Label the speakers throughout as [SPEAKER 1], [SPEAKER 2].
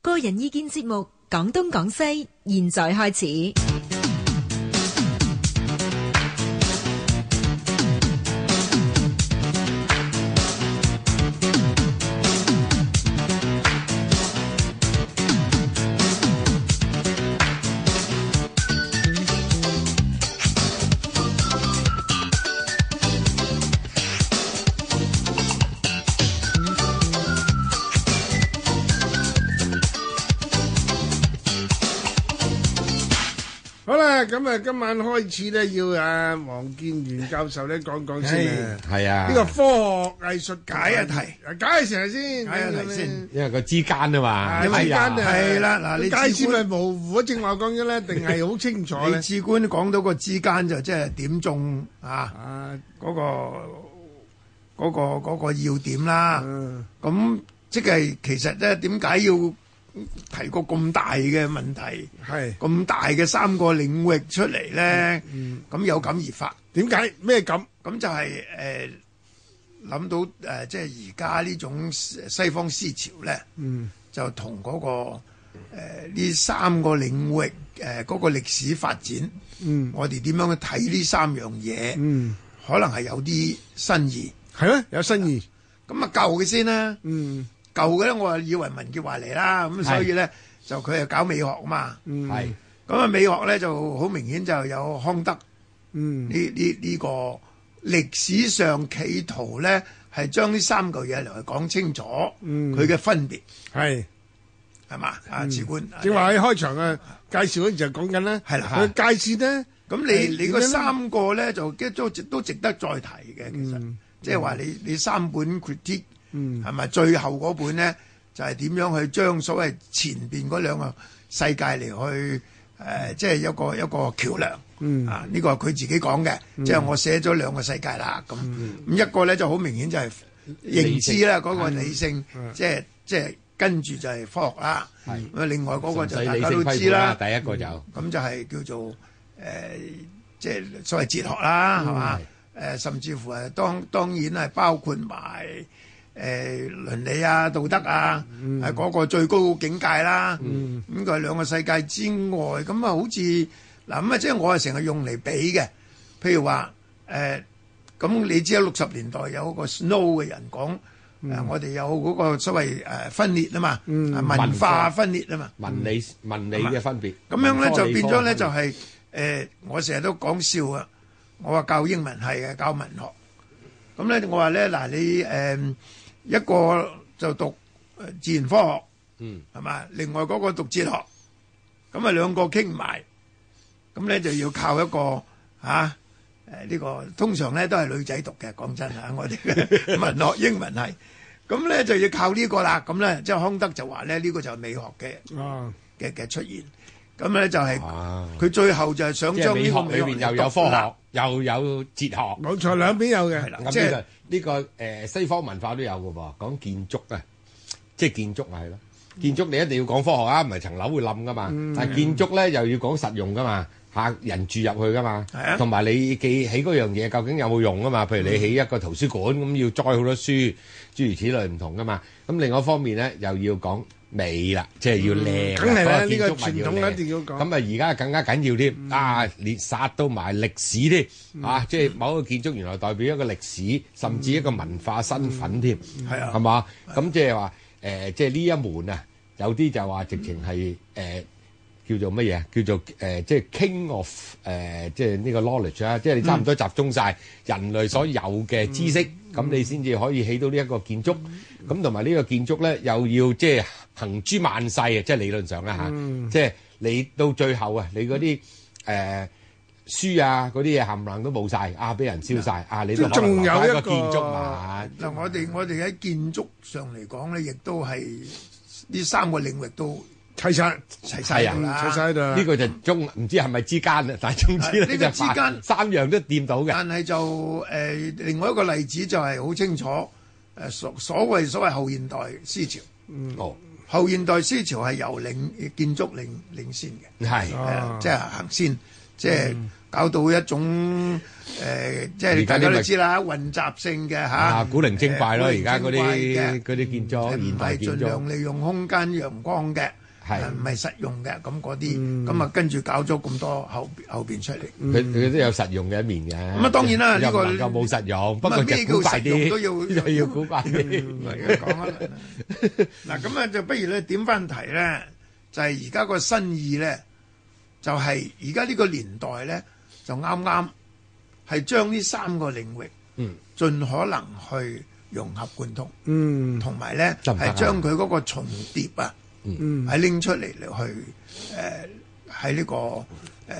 [SPEAKER 1] 個人意見節目《講東講西》，現在開始。
[SPEAKER 2] 好啦，咁啊，今晚開始咧，要啊黃建元教授咧講講先啊。
[SPEAKER 3] 係啊，
[SPEAKER 2] 呢個科學藝術
[SPEAKER 4] 解一題
[SPEAKER 2] 解一成先，
[SPEAKER 4] 解一題先
[SPEAKER 3] 因為個之間啊嘛，
[SPEAKER 2] 因為
[SPEAKER 3] 哎呀
[SPEAKER 2] 之間啊
[SPEAKER 4] 係啦，嗱，
[SPEAKER 2] 你
[SPEAKER 4] 你
[SPEAKER 2] 解
[SPEAKER 4] 知
[SPEAKER 2] 釋咪模糊，正話講咗 咧，定係好清楚
[SPEAKER 4] 你
[SPEAKER 2] 咧？
[SPEAKER 4] 至官講到個之間就即係點中啊
[SPEAKER 2] 啊，
[SPEAKER 4] 嗰、個嗰、個嗰、個要點啦。
[SPEAKER 2] 嗯
[SPEAKER 4] 咁即係其實咧，點解要提個咁大嘅問題、
[SPEAKER 2] 係
[SPEAKER 4] 咁大嘅三個領域出嚟咧？
[SPEAKER 2] 嗯，
[SPEAKER 4] 咁有感而發，
[SPEAKER 2] 點解咩咁？
[SPEAKER 4] 咁就係誒諗到誒、呃即係而家呢種西西方思潮咧。
[SPEAKER 2] 嗯
[SPEAKER 4] 就同嗰、個呃呢、三個領域誒嗰、個歷史發展，
[SPEAKER 2] 嗯
[SPEAKER 4] 我哋點樣去睇呢三樣嘢，
[SPEAKER 2] 嗯，
[SPEAKER 4] 可能係有啲新意。
[SPEAKER 2] 係咩？有新意。
[SPEAKER 4] 咁啊舊嘅先啦，
[SPEAKER 2] 嗯
[SPEAKER 4] 舊嘅咧我以為文潔華嚟啦，咁所以咧就佢係搞美學啊嘛。
[SPEAKER 2] 嗯
[SPEAKER 3] 係
[SPEAKER 4] 咁啊美學咧就好明顯就有康德
[SPEAKER 2] 嗯
[SPEAKER 4] 呢呢呢個歷史上企圖咧係將呢三嚿嘢嚟講清楚
[SPEAKER 2] 嗯
[SPEAKER 4] 佢嘅分別
[SPEAKER 2] 係。
[SPEAKER 4] 係嘛？啊，志官，
[SPEAKER 2] 正話喺開場啊介紹嗰陣就講緊咧，
[SPEAKER 4] 係啦
[SPEAKER 2] 佢界線咧，
[SPEAKER 4] 咁
[SPEAKER 2] 係
[SPEAKER 4] 你你
[SPEAKER 2] 點
[SPEAKER 4] 嗰
[SPEAKER 2] 樣呢
[SPEAKER 4] 三個咧就即都值都值得再提嘅，其實、
[SPEAKER 2] 嗯
[SPEAKER 4] 即係話你你三本 critique
[SPEAKER 2] 嗯
[SPEAKER 4] 係咪最後嗰本咧就係、點樣去將所謂前邊嗰兩個世界嚟去誒、呃即係一個一個橋梁。
[SPEAKER 2] 嗯
[SPEAKER 4] 啊！呢個係佢自己講嘅，即係我寫咗兩個世界啦。咁
[SPEAKER 2] 嗯
[SPEAKER 4] 咁一個咧就好明顯就係認知啦，嗰個理性，
[SPEAKER 2] 嗯
[SPEAKER 4] 即係即係跟住就係科學啦。
[SPEAKER 3] 係
[SPEAKER 4] 咁啊另外嗰個就
[SPEAKER 3] 純
[SPEAKER 4] 大
[SPEAKER 3] 粹理
[SPEAKER 4] 家都
[SPEAKER 3] 性批
[SPEAKER 4] 知
[SPEAKER 3] 判
[SPEAKER 4] 啦
[SPEAKER 3] 啦，。第一個就
[SPEAKER 4] 咁就係叫做誒、呃即係所謂哲學啦，係嘛？誒、呃甚至乎係當當然係包括埋誒、呃、倫理啊、道德啊，係嗰、個最高境界啦。咁佢係兩個世界之外，咁啊好似嗱咁啊，即係我係成日用嚟比嘅，譬如話誒。呃咁你知啦，啊六十年代有個 Snow 嘅人講，誒、我哋有嗰個所謂誒、呃分裂啊嘛，文化分裂啊嘛，
[SPEAKER 3] 文理文理嘅分別。
[SPEAKER 4] 咁樣咧
[SPEAKER 3] 文科
[SPEAKER 4] 就
[SPEAKER 3] 理
[SPEAKER 4] 變
[SPEAKER 3] 科
[SPEAKER 4] 咗咧
[SPEAKER 3] 嘅分別
[SPEAKER 4] 就係、誒，我成日都講笑啊！我話教英文系嘅，教文學。咁咧我話咧嗱，你誒、一個就讀呃自然科學，
[SPEAKER 3] 嗯
[SPEAKER 4] 係嘛？另外嗰個讀哲學，咁啊兩個傾埋，咁咧就要靠一個嚇。啊誒呢個通常咧都係女仔讀嘅，講真嚇，我哋 嘅文學英文系，咁咧就要靠呢個啦。咁咧即係康德就話咧，呢、個就係美學嘅
[SPEAKER 2] 啊
[SPEAKER 4] 嘅嘅出現。咁咧就係、
[SPEAKER 3] 啊，
[SPEAKER 4] 佢最後就係想
[SPEAKER 3] 即係
[SPEAKER 4] 將
[SPEAKER 3] 美
[SPEAKER 4] 呢個
[SPEAKER 3] 學裏
[SPEAKER 4] 美
[SPEAKER 3] 邊
[SPEAKER 4] 學
[SPEAKER 3] 又有科學，又有哲學。
[SPEAKER 2] 冇錯，兩邊有
[SPEAKER 4] 係
[SPEAKER 2] 嘅。
[SPEAKER 4] 啦，
[SPEAKER 3] 咁
[SPEAKER 4] 即係
[SPEAKER 3] 呢個呢個誒西方文化都有嘅喎，講建築啊，即係建築係咯。建築你一定要講科學啊，唔係層樓會冧噶嘛。但係建築咧又要講實用噶嘛，嚇人住入去噶嘛
[SPEAKER 4] 係啊，
[SPEAKER 3] 同埋你記起嗰樣嘢究竟有冇用啊嘛？譬如你起一個圖書館咁，要載好多書，諸如此類唔同噶嘛。咁另外一方面咧，又要講美啦，即係要靚啦。
[SPEAKER 2] 梗係啦
[SPEAKER 3] 嗰個建築物
[SPEAKER 2] 呢個
[SPEAKER 3] 要
[SPEAKER 2] 傳統一
[SPEAKER 3] 靚
[SPEAKER 2] 定要講
[SPEAKER 3] 咁咁啊，而家更加緊要添啊！連殺到埋歷史添啊！即係某一個建築原來代表一個歷史，甚至一個文化身份添，
[SPEAKER 4] 係啊
[SPEAKER 3] 係嘛？咁即係話誒，即係呢一門啊，有啲就話直情係誒叫做乜嘢？啊叫做誒即係 king of 誒，即係呢個 knowledge 啊！即係你差唔多集中晒人類所有嘅知識，
[SPEAKER 4] 嗯
[SPEAKER 3] 咁你先至可以起到呢一個建築。咁同埋呢個建築咧，又要即係行諸萬世啊！即係理論上啦嚇。
[SPEAKER 4] 嗯
[SPEAKER 3] 即係你到最後啊，你嗰啲誒書啊嗰啲嘢冚唪唥都冇晒，啊，俾人燒晒，
[SPEAKER 4] 嗯
[SPEAKER 3] 啊，你都可能留翻個建築物，
[SPEAKER 4] 嗱，我哋我哋喺建築上嚟講咧，亦都係呢三個領域都
[SPEAKER 2] 齊晒，
[SPEAKER 4] 齊晒
[SPEAKER 3] 係啊
[SPEAKER 4] 㗎啦。
[SPEAKER 2] 齊晒喺度啦。
[SPEAKER 3] 呢個就中唔知係咪之間啊，但係總之咧
[SPEAKER 4] 呢
[SPEAKER 3] 就
[SPEAKER 4] 個之間啊
[SPEAKER 3] 三三樣都掂到嘅，
[SPEAKER 4] 但係就誒、呃另外一個例子就係好清楚誒、呃所所謂所謂後現代思潮，
[SPEAKER 3] 哦，
[SPEAKER 4] 後現代思潮係由領建築領領先嘅。
[SPEAKER 3] 係。
[SPEAKER 4] 係
[SPEAKER 2] 啊
[SPEAKER 4] 啊，即係行先，即係搞到一種誒，即
[SPEAKER 3] 而
[SPEAKER 4] 係
[SPEAKER 3] 家呢
[SPEAKER 4] 大家
[SPEAKER 3] 咪
[SPEAKER 4] 都知啦，混雜性嘅
[SPEAKER 3] 啊！
[SPEAKER 4] 嚇，
[SPEAKER 3] 古靈精怪咯，
[SPEAKER 4] 呃
[SPEAKER 3] 而家嗰
[SPEAKER 4] 古靈精怪
[SPEAKER 3] 啲
[SPEAKER 4] 嘅
[SPEAKER 3] 嗰啲建
[SPEAKER 4] 誒
[SPEAKER 3] 築，
[SPEAKER 4] 唔
[SPEAKER 3] 現代
[SPEAKER 4] 係
[SPEAKER 3] 建
[SPEAKER 4] 盡
[SPEAKER 3] 築
[SPEAKER 4] 量利用空間陽光嘅，
[SPEAKER 3] 係嗯
[SPEAKER 4] 誒唔係實用嘅咁嗰啲，咁啊跟住搞咗咁多後後邊出嚟。
[SPEAKER 3] 佢佢都有實用嘅一面嘅。
[SPEAKER 4] 嗯咁啊當然啦
[SPEAKER 3] 又
[SPEAKER 4] 呢個
[SPEAKER 3] 唔能夠冇實用，不過就
[SPEAKER 4] 咩叫
[SPEAKER 3] 古怪
[SPEAKER 4] 實用都
[SPEAKER 3] 啲，
[SPEAKER 4] 要
[SPEAKER 3] 又要古怪 啲。
[SPEAKER 4] 唔 係講一輪啦嗱，咁啊就不如咧點翻題咧，就係而家個新意咧，就係而家呢個年代咧，就啱啱係將呢三個領域，
[SPEAKER 3] 嗯，
[SPEAKER 4] 盡可能去融合貫通，
[SPEAKER 2] 嗯
[SPEAKER 4] 同埋咧
[SPEAKER 3] 得唔得啊
[SPEAKER 4] 係將佢嗰個重疊啊，
[SPEAKER 2] 嗯
[SPEAKER 4] 係拎出嚟嚟去誒喺呢個誒、呃、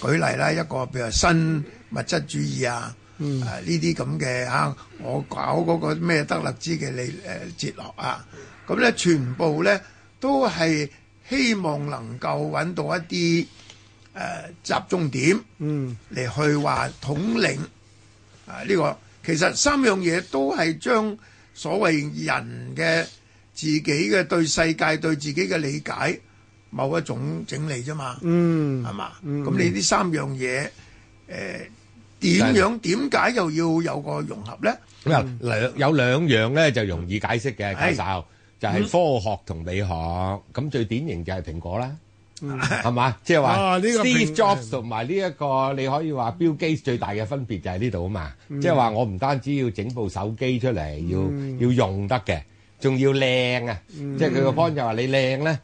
[SPEAKER 4] 舉例啦，一個譬如新物質主義啊，
[SPEAKER 3] 嗯
[SPEAKER 4] 誒呢啲咁嘅啊，我搞嗰個咩德勒茲嘅理誒、呃哲學啊，咁咧全部咧都係希望能夠揾到一啲誒、呃集中點。
[SPEAKER 2] 嗯
[SPEAKER 4] 嚟去話統領啊！呢、個其實三樣嘢都係將所謂人嘅自己嘅對世界對自己嘅理解某一種整理啫嘛，
[SPEAKER 2] 嗯
[SPEAKER 4] 係嘛、咁你呢三樣嘢誒點樣點解又要有個融合咧？
[SPEAKER 3] 咁啊，兩有兩樣咧就容易解釋嘅，
[SPEAKER 4] 係
[SPEAKER 3] 教授就係科學同美學。咁最典型就係蘋果啦，係嘛？即
[SPEAKER 2] 啊
[SPEAKER 3] 係話
[SPEAKER 2] 呢個蘋
[SPEAKER 3] Steve Jobs 同埋呢一個，你可以話 Bill Gates 最大嘅分別就係呢度啊嘛。即係話我唔單止要整部手機出嚟，要要用得嘅，仲要靚啊！即係佢個 point 就話你靚咧，